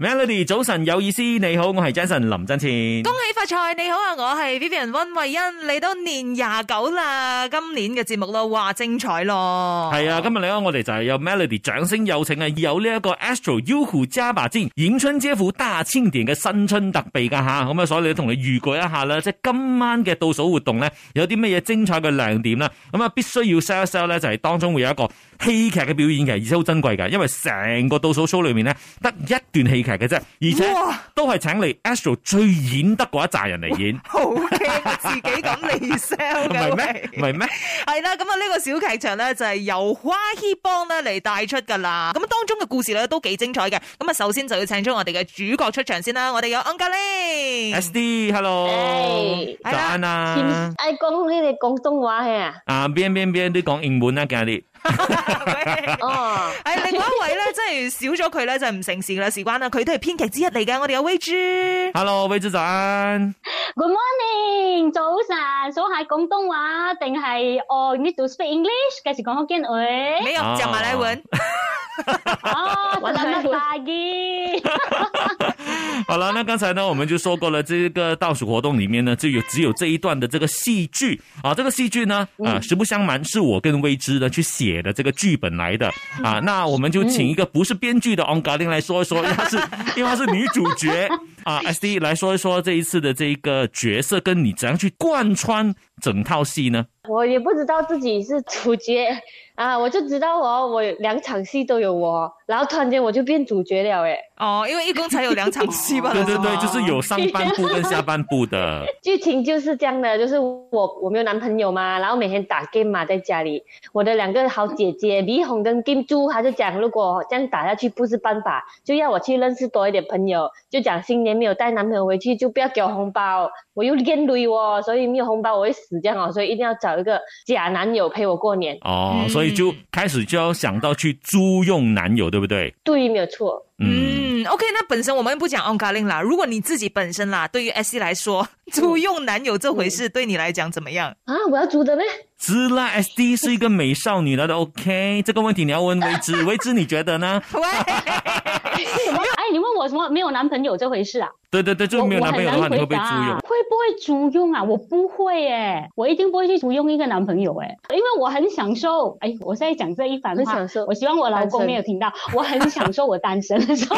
Melody，早晨有意思，你好，我係 Jason 林振前恭。喜發財！你好啊，我係 Vivian 温慧欣，嚟到年廿九啦，今年嘅節目咯，哇，精彩咯！係啊，今日咧我哋就係有 Melody 掌聲有請啊，有呢一個 Astro Yahoo Java 之迎春接福大慶典嘅新春特備噶吓，咁啊，所以你同你預告一下啦，即係今晚嘅倒數活動咧，有啲乜嘢精彩嘅亮點啦，咁啊必須要 sell 一 sell 咧，就係當中會有一個戲劇嘅表演嘅，而且好珍貴嘅，因為成個倒數 show 裏面咧得一段戲劇嘅啫，而且哇，都係請嚟 Astro 最演得嗰一紮人嚟演，好驚啊自己咁嚟 sell 唔嘅係咩？唔 喂係咩？係啦，咁啊呢個小劇場咧就係由花希幫咧嚟帶出噶啦，咁啊當中嘅故事咧都幾精彩嘅，咁啊首先就要請出我哋嘅主角出場先啦，我哋有 a n g e l i S D，hello， Hey 早安啊！ ai con cái này con tung hoa hay à 啊邊邊邊都講英文啦，今日 n ờ 係另外一位咧，真係少咗佢咧就唔成事㗎啦，事關啦，佢都係編劇之一嚟嘅，我哋有威珠。 ，hello，威之早安， good morning chú sàn số hai con tung hoa tình hay oh you need to speak English cái gì con hokkien ấy 没有哦讲马来文， oh selamat pagi 好了，那刚才呢，我们就说过了，这个倒数活动里面呢，就有只有这一段的这个戏剧啊，这个戏剧呢，啊，实不相瞒，是我跟未知呢去写的这个剧本来的啊。那我们就请一个不是编剧的 On g a r d i n 来说一说，因为她是因为她是女主角啊，S D 来说一说这一次的这个角色跟你怎样去贯穿整套戏呢？我也不知道自己是主角 啊，我就知道哦，我有两场戏都有我，然后突然间我就变主角了欸诶。哦，因为一共才有两场戏吧？ 对对哦对，吗就是有上半部跟下半部 的。剧情就是这样的，就是我我没有男朋友嘛，然后每天打 game 嘛，在家里。我的两个好姐姐李红跟金珠，她就讲，如果这样打下去不是办法，就要我去认识多一点朋友，就讲新年没有带男朋友回去就不要给我红包，我又练累哦，所以没有红包我会死这样哦，所以一定要找一个假男友陪我过年。哦，嗯所以就开始就要想到去租用男友，对不对？对，没有错。嗯，嗯，OK，那本身我们不讲 on calling 啦，如果你自己本身啦，对于 S C 来说，租用男友这回事对你来讲怎么样？啊，我要租的咩？知啦，S D 是一个美少女来的，OK，这个 问题你要问维 之，维之你觉得呢？喂，什么？哎，你问我什么没有男朋友这回事啊？对对对，就没有我男朋友的话，我你会很难不会回答租用？会不会租用啊？我不会耶，我一定不会去租用一个男朋友哎，因为我很享受。哎，我现在讲这一番很话享，受我希望我老单公身没有听到，我很享受我单身的时 候。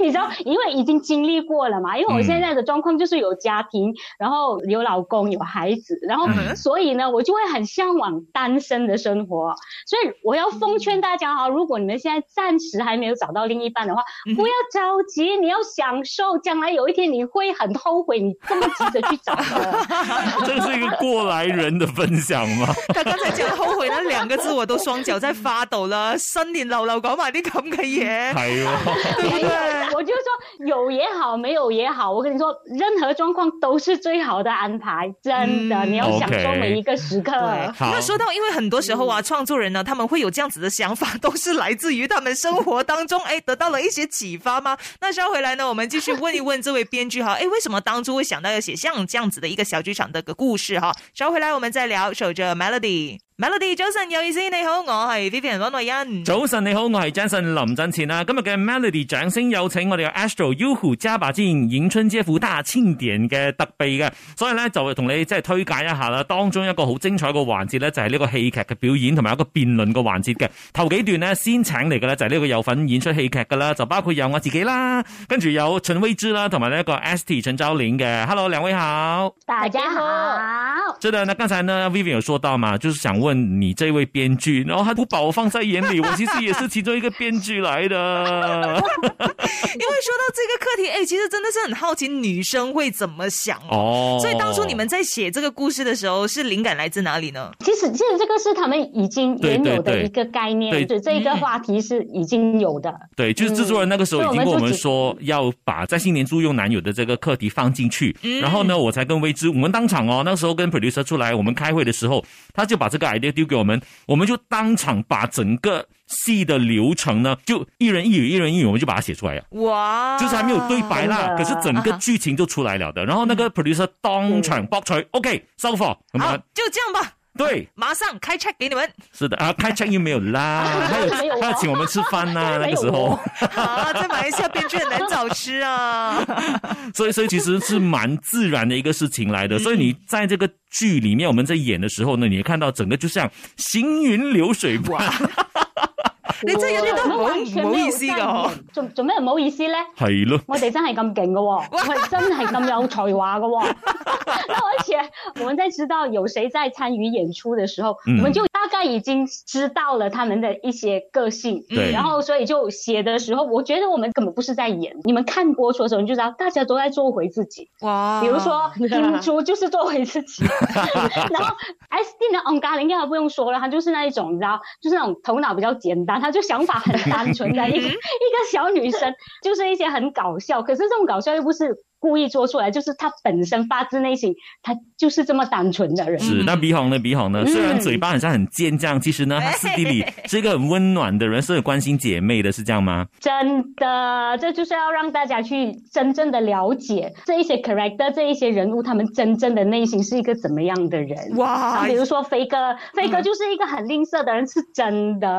你知道，因为已经经历过了嘛，因为我现在的状况就是有家庭，然后有老公有孩子，然后嗯所以呢，我就会很向往单身的生活。所以我要奉嗯劝大家哈、如果你们现在暂时还没有找到另一半的话，嗯哼不要着急，你要享受，将来有一天你会很后悔你这么急着去找的。嗯 这是一个过来人的分享吗？他刚才讲后悔那两个字，我都双脚在发抖啦，新年流流讲埋啲咁嘅嘢，系哦， 对不对？我就说有也好，没有也好，我跟你说，任何状况都是最好的安排，真的，嗯你要享受 OK 每一个时刻。对，好那说到，因为很多时候啊，创作人呢，他们会有这样子的想法，都是来自于他们生活当中，哎，得到了一些启发吗？ 那稍回来呢，我们继续问一问这位编剧哈，哎，为什么当初会想到要写像这样子的一个小剧场的个故事哈？稍回来我们再聊。守着 Melody。Melody，早晨有意思，你好，我系 Vivian 温慧欣。早晨你好，我系 Jason 林振前啊，今日嘅 Melody 掌聲有請我哋嘅 Astro Yahoo Java 之迎春接福大慶典嘅特備嘅，所以咧就會同你即係推介一下啦。當中一個好精彩嘅環節咧，就係呢個戲劇嘅表演同埋一個辯論嘅環節嘅。頭幾段呢，先請嚟嘅咧就係呢個有份演出戲劇嘅啦，就包括有我自己啦，跟住有陳威之啦，同埋呢一個 ST 陳昭玲嘅。Hello，兩位好。大家好，真的，那刚才呢，Vivian 有说到嘛，就是想问你这位编剧，然后他不把我放在眼里，我其实也是其中一个编剧来 的。因为说到这个课题，哎，其实真的是很好奇女生会怎么想哦。哦，所以当初你们在写这个故事的时候，是灵感来自哪里呢？其实其实这个是他们已经原有对对的一个概念，对嗯就是这个话题是已经有的。对，就是制作人那个时候已经嗯跟我所以我们们自己说要把在新年租用男友的这个课题放进去，嗯然后呢，我才跟薇芝，我们当场哦，那时候跟 producer 出来，我们开会的时候，他就把这个 idea 丢给我们，我们就当场把整个戏的流程呢，就一人一语，一人一语，我们就把它写出来了。哇，哦就是还没有对白啦，啊真的嗯可是整个剧情就出来了的。然后那个 producer 当场爆锤，OK，收货咁好样。，就这样吧。对，马上开 check 给你们。是的啊，开 check 又没有 啦，还没有有啊他要请我们吃饭呐、那 没有个时候，啊，在马来西亚编剧很难找吃 啊。所以所以其实是蛮自然的一个事情来的。嗯所以你在这个剧里面，我们在演的时候呢，你也看到整个就像行云流水般，嗯你真係有啲都唔好唔好意思㗎嗬做做咩唔好意思咧？系咯。我哋真係咁 勁嘅喎，我哋真係咁有才華嘅喎。而且我们在知道有谁在参与演出的时候，嗯我们就大概已经知道了他们的一些个性。对然后，所以就写的时候，我觉得我们根本不是在演。你们看播出的时候，你就知道大家都在做回自 己。哇比如啊说金珠就是做回自己，哎然后 S D 的 On g a l 应该还不用说了，他就是那一种你知道，就是那种头脑比较简单，他就想法很单纯的一个一个小女生，就是一些很搞笑，可是这种搞笑又不是。故意做出来，就是他本身发自内心，他就是这么单纯的人。是，嗯那鼻红呢？鼻红呢？嗯虽然嘴巴很像很尖这样，其实呢，哎他私底 里是一个很温暖的人，是很关心姐妹的，是这样吗？真的，这就是要让大家去真正的了解这一些 character，这一些人物，他们真正的内心是一个怎么样的人。哇啊，比如说飞哥，飞哥就是一个很吝啬的人，是真 的。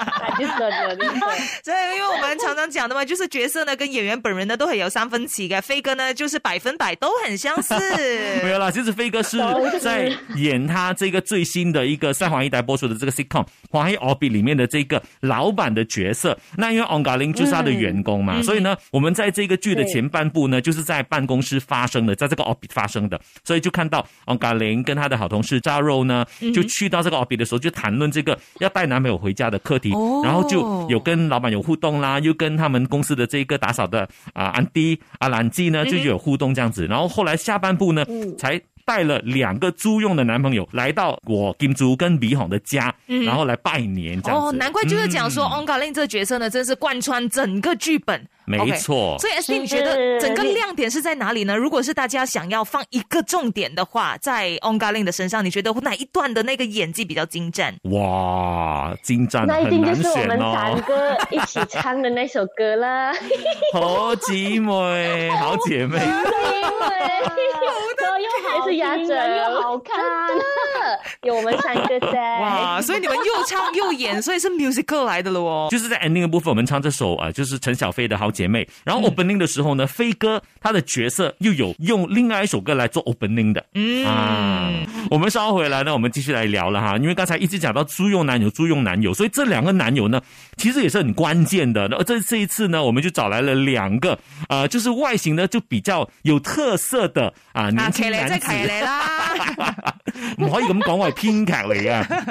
所以因为我们常常讲的嘛，就是角色呢跟演员本人呢都很有三分歧嘅。飞哥呢就是百分百都很相似。 没有啦，其实飞 哥是在演他这个最新的一个在华谊台播出的这个 sitcom《华谊 o b 里面的这个老板的角色。那因为 On g a l i n 就是他的员工嘛，嗯所以呢，我们在这个剧的前半部呢，就是在办公室发生的，在这个 o b 发生的，所以就看到 On g a l i n 跟他的好同事 Jaro 呢，嗯就去到这个 o b 的时候，就谈论这个要带男朋友回家的课题，哦然后就有跟老板有互动啦，又跟他们公司的这个打扫的啊安迪啊兰基嗯呢就有互动这样子，然后后来下半部呢、才。带了两个租用的男朋友来到我金珠跟李红的家，嗯然后来拜年这样子。哦，难怪就是讲说嗯 On g a l i n 这个角色呢，真是贯穿整个剧本。没 OK 错。所以 S D 你是觉得整个亮点是在哪里呢？如果是大家想要放一个重点的话，在 On g a l i n 的身上，你觉得哪一段的那个演技比较精湛？哇，精湛那一很定就难是我选们三哦，个一起唱的那首歌啦，因 好姐妹，好姐 妹，哦为歌又好是压着又好看，有我们三个 在。哇！所以你们又唱又演，所以是 musical 来的了哦。就是在 ending 的部分，我们唱这首啊、呃就是陈小飞的好姐妹。然嗯后 opening 的时候呢，飞哥他的角色又有用另外一首歌来做 opening 的。嗯，啊，我们稍后回来呢，我们继续来聊了哈，因为刚才一直讲到租用男友、租用男友，所以这两个男友呢，其实也是很关键的。那这这一次呢，我们就找来了两个，呃，就是外形呢就比较有特色的啊、啊，年騎轻呢男即係子，騎 呢啦，唔可以咁講，我係編劇 嚟嘅。啊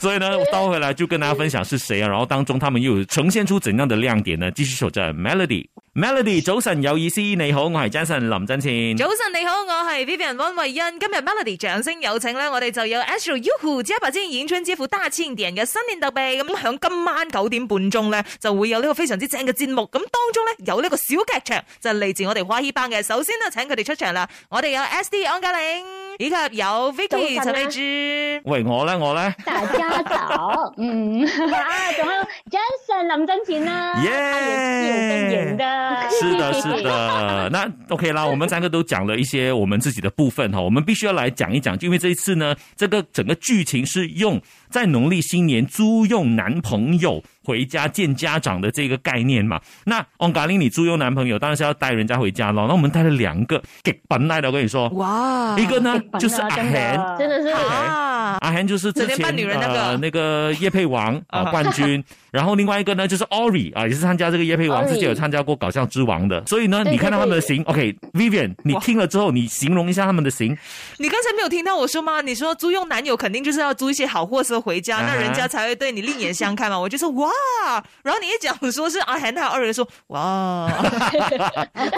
所以呢，到回来就跟大家分享是谁啊，然后当中他们又有呈现出怎样的亮点呢？继续守着 Melody。Melody，早晨有意思，你好，我系 Jason 林振前。早晨你好，我係 Vivian 温慧欣。今日 Melody 掌聲有請咧，我哋就有 Astro Yuhu 加白之演春之父大千人嘅新年特備。咁響今晚九點半鐘咧，就會有呢個非常之正嘅節目。咁當中咧有呢個小劇場，就嚟自我哋花衣班嘅。首先呢，請佢哋出場啦。我哋有 S D 安嘉玲，以及有 Vicky 早陳晨啊美芝。喂，我呢，我呢。大家早，嗯，啊，仲有 Johnson 林真前啊啦，耶他也是有跟演的，是的，是 的。那 OK 啦，我们三个都讲了一些我们自己的部分哈，我们必须要来讲一讲，就因为这一次呢，这个整个剧情是用在农历新年租用男朋友回家见家长的这个概念嘛。那 On g a l i n 你租用男朋友当然是要带人家回家咯。那我们带了两个给本来的，我跟你说，哇一个呢極品啊就是阿真的涵，真的是啊，阿涵就是之整天前扮女人那个呃、那个叶佩王 啊、啊冠军，然后另外一个呢就是 Ori 啊、也是参加这个叶佩王， Ori 之前有参加过搞笑之王的，所以呢对你看到对他们的型，OK，Vivian，、你哇听了之后你形容一下他们的 型，你刚才没有听到我说吗？你说租用男友肯定就是要租一些好货色回家，啊哈那人家才会对你另眼相看嘛。我就说哇，然后你一讲说是 阿涵他二人说哇，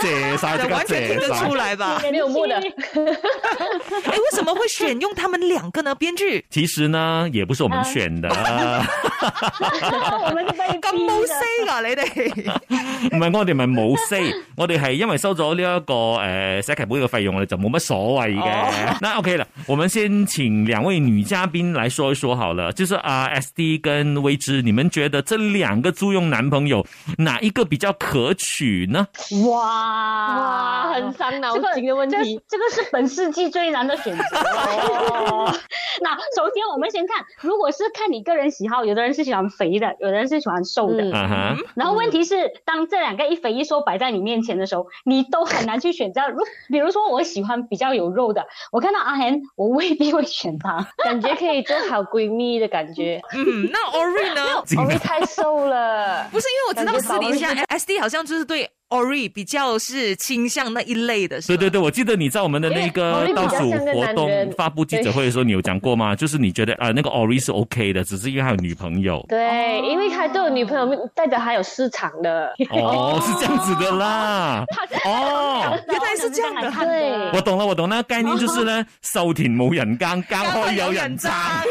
这啥这个完这全听得啥出。来吧？没有木的，哎，为什么会选用他们两个呢？编剧 其实呢，也不是我们选的， 我們 被咁冇 say 噶你哋，唔 係我哋咪冇 say，我哋係因為收咗呢一個誒寫劇本嘅費用，我哋就冇乜所謂嘅。哦 那 OK 啦，我們先請兩位女嘉賓來說一說好了，就是啊 S D 跟薇芝，你們覺得這兩個租用男朋友哪一個比較可取呢？哇啊哇，很伤脑这个筋的问这题。这个是本世纪最难的选择。哦 那首先我们先看，如果是看你个人喜好，有的人是喜欢肥的，有的人是喜欢瘦的。嗯啊哈，然后问题是，当这两个一肥一瘦摆在你面前的时候，你都很难去选择。如比如说，我喜欢比较有肉的，我看到阿恒，我未必会选他。感觉可以做好闺蜜的感觉。 嗯，那 Ori 呢？真我的会太瘦了，不是因为我知道感觉私保底温下 S D 好像就是对 Ori 比较是倾向那一类的，是对吧对对，我记得你在我们的那因个为 Ori 倒数嗯比较像个活男动人发布记者会的时候，你有讲过吗？就是你觉得啊，那个 Ori 是 OK 的，只是因为他有女朋友。对，因为他都有女朋友，代表他有市场的。哦，是这样子的啦。 哦，原來是這樣的对我懂了，我懂啦。概念就是 呢，瘦田冇人耕，耕開哦有人爭。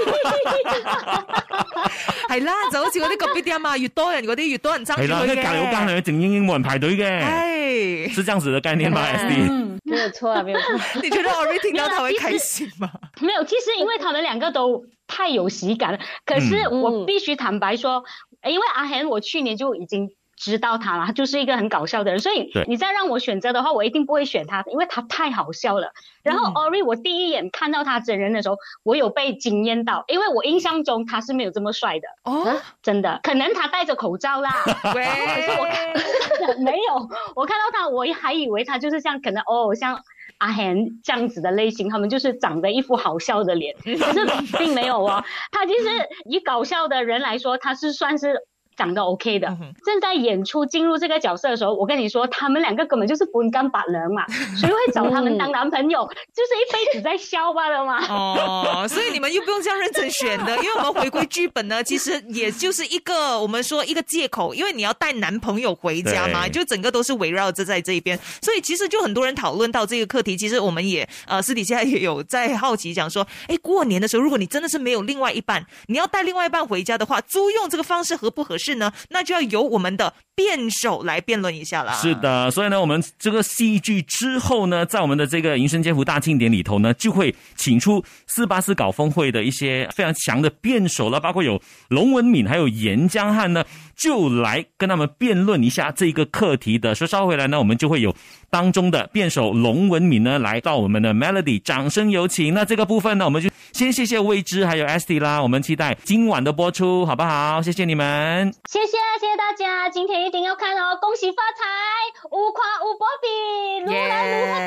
係啦，就好似嗰啲個 B D 啊嘛，越多人嗰啲越多人爭係住啦，跟住佢隔有間嘅。係靜英英冇人排隊嘅， 哎，是這樣子的概念吧？S D。嗯， 没有错啊，没有错。你觉得 Ori 听到他会沒有啦开心吗？没有，其实因为他们两个都太有喜感了。可是嗯我必须坦白说，因为阿恒，我去年就已经。知道他了，他就是一个很搞笑的人，所以对你再让我选择的话，我一定不会选他，因为他太好笑了。然后 Ori，我第一眼看到他真人的时候，我有被惊艳到，因为我印象中他是没有这么帅的，哦，真的，可能他戴着口罩啦，喂， 没有，我看到他，我还以为他就是像可能哦，像阿恒这样子的类型，他们就是长得一副好笑的脸，可是并没有哦。 他其实以搞笑的人来说，他是算是。长得 OK 的嗯哼，正在演出进入这个角色的时候，我跟你说，他们两个根本就是本干板娘 嘛，谁会找他们当男朋友？就是一辈子在笑罢了嘛。哦，所以你们又不用这样认真选的，因为我们回归剧本呢，其实也就是一个我们说一个借口，因为你要带男朋友回家嘛，对就整个都是围绕着在这一边，所以其实就很多人讨论到这个课题，其实我们也呃私底下也有在好奇讲说，哎，过年的时候如果你真的是没有另外一半，你要带另外一半回家的话，租用这个方式合不合适呢？那就要由我们的辩手来辩论一下啦。是。的，所以呢，我们这个戏剧之后呢，在我们的这个迎生街福大庆典里头呢，就会请出四八四搞峰会的一些非常强的辩手了，包括有龙文敏还有严江汉呢，就来跟他们辩论一下这个课题的。所以稍回来呢，我们就会有当中的辩手龙文敏呢来到我们的 Melody，掌声有请。那这个部分呢，我们就先谢谢未知还有 SD 啦，我们期待今晚的播出，好不好？谢谢你们。 谢谢谢谢大家，今天一定要看哦！恭喜发财，无夸无薄饼，如来如发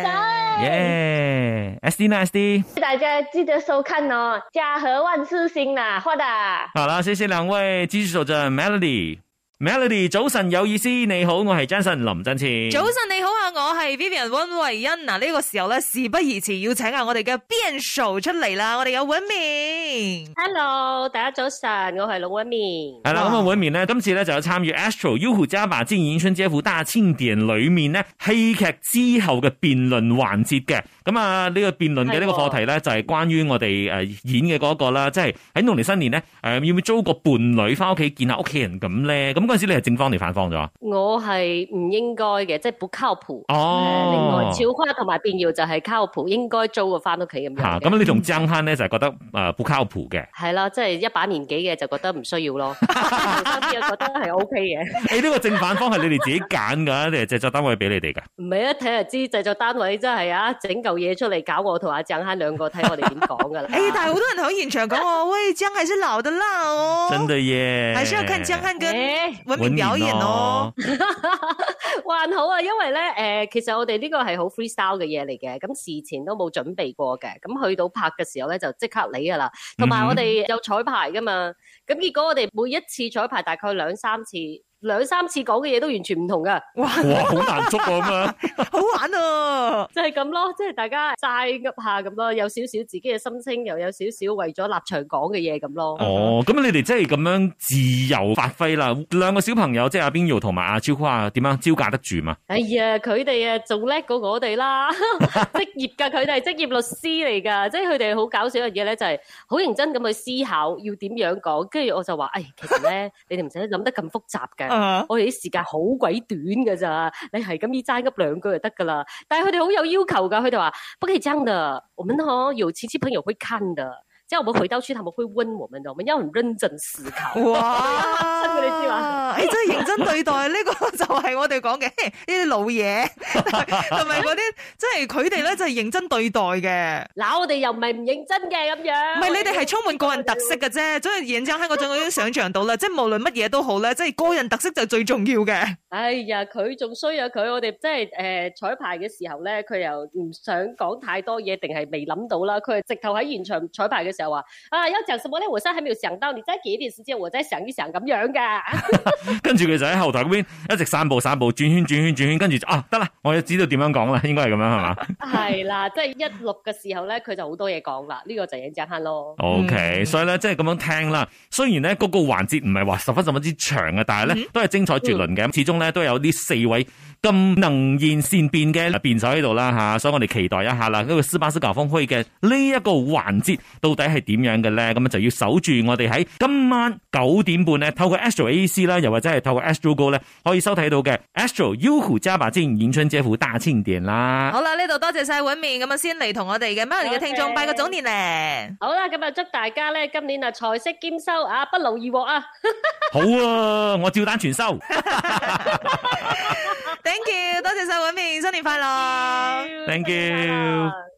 财。耶、s d 呢？SD。大家记得收看哦，家和万事兴啦，发达。好啦，谢谢两位，继续守着 Melody。Melody，早晨有意思，你好，我系 Jason 林振前。早晨你好啊，我係 Vivian 温慧欣嗱，呢、個時候咧事不宜遲，要請下我哋嘅邊手出嚟啦，我哋有揾面。 Hello，大家早晨，我系老温面。系啦，咁啊，碗面呢，今次咧就有參與 Astro Yahoo Java 之演春姐夫大千典裏面呢，戲劇之後嘅辯論環節嘅。咁啊，呢個辯論嘅呢個課題咧，就係關於我哋诶演嘅嗰個啦，即係喺農曆新年呢，诶要唔要租個伴侶翻屋企見下屋企人咁咧？咁嗰阵时你係正方定反方咗？啊我係唔應該嘅，即係不靠譜。誒另外，哦，潮花同埋變耀就係靠譜，應該租個翻屋企咁嚇樣嘅。咁你同張慳咧就係覺得诶不靠譜嘅。係啦，即係一把年紀嘅就覺得唔需要 咯， 後生啲又覺得係 O K 嘅。哎你呢個正反方係你哋自己揀㗎， 你係製作單位俾你哋㗎。唔係一睇就知製作單位真係啊，整嚿嘢出嚟搞我同阿鄭慳兩個，睇我哋點講 㗎啦。啊誒、哎但係好多人喺現場講我，喂，姜還是老的辣哦，真的耶！還是要看姜漢 跟誒文敏表演哦。還好啊，因為咧誒、呃其實我哋呢個係好 freestyle 嘅嘢嚟嘅，咁事前都冇準備過嘅，咁去到拍嘅時候咧就即刻嚟噶啦，同嗯埋哼我哋有彩排噶嘛，咁結果我哋每一次彩排大概兩三次。兩三次講嘅嘢都完全唔同噶，哇，好難捉喎咁 啊！好玩啊！就係咁咯，即係大家齋噏下咁咯，有少少自己嘅心聲，又有少少為咗立場講嘅嘢咁咯。哦，咁你哋即係咁樣自由發揮啦。兩個小朋友即係阿邊耀同埋阿超誇點樣招架得住嘛？哎呀，佢哋啊仲叻過我 哋啦，職業㗎，佢哋係職業律師嚟㗎，即係佢哋好搞笑一樣嘢咧，就係好認真咁去思考要點樣講，跟住我就話，哎，其實 咧你哋唔使諗得咁複雜啊嘅，我哋啲時間好鬼短㗎咋，你係咁依齋噏兩句就得㗎啦。但係佢哋好有要求㗎，佢哋話不可以這樣的，我們哦有親戚朋友會看的，即係我們回到去他們會問我們的，我們要很認真思考。哇！真嘅你知嘛誒真係認真對待呢個就係我哋講嘅嘿呢啲老嘢， 同埋嗰啲即係佢哋咧就係認真對待嘅。嗱，我哋又唔係唔認真嘅咁唔樣。係你啊哋係充滿個人特色嘅啫，所以演唱喺嗰陣我已經想像到啦，即係無論乜嘢都好咧，即係個人特色就係最重要嘅。哎呀，佢仲衰啊！佢我哋即係誒彩排嘅時候咧，佢又唔想講太多嘢，定係未諗到啦。佢係直頭喺現場彩排嘅時候話：啊，有講什麼咧？我真係喺未想 到，你再給一點時間，我再想一想咁樣噶。跟住佢就喺後台嗰邊一直散步散步，轉圈轉圈轉圈，跟住就啊得啦，我知道點樣講啦，應該係咁樣係嘛係啦，即係一錄嘅時候咧，佢就好多嘢講啦。呢、個就影張慳咯。 ？OK，所以咧即係咁樣聽啦。雖然咧嗰個環節唔係話十分十分之長嘅，但係咧都係精彩絕倫嘅。始終咧都有呢四位咁能言善辯嘅辯手喺度啦吓，所以我哋期待一下啦。呢個斯巴斯教峰會嘅呢一個環節到底係點樣嘅咧？咁啊就要守住我哋喺今晚九點半咧，透過 Astro AC 啦，又或者係透過 Astro Go 咧，可以收睇到嘅 Astro Yahoo Java 之前演春姐夫大千典 啦。 好啦，呢度多謝晒揾面咁啊，先嚟同我哋嘅 Melody 嘅聽眾拜個早年咧。好啦，咁啊祝大家咧今年啊財色兼收啊，不勞而獲啊！好啊，我照單全收。 Thank you，多謝晒揾面，新年快樂。 Thank you。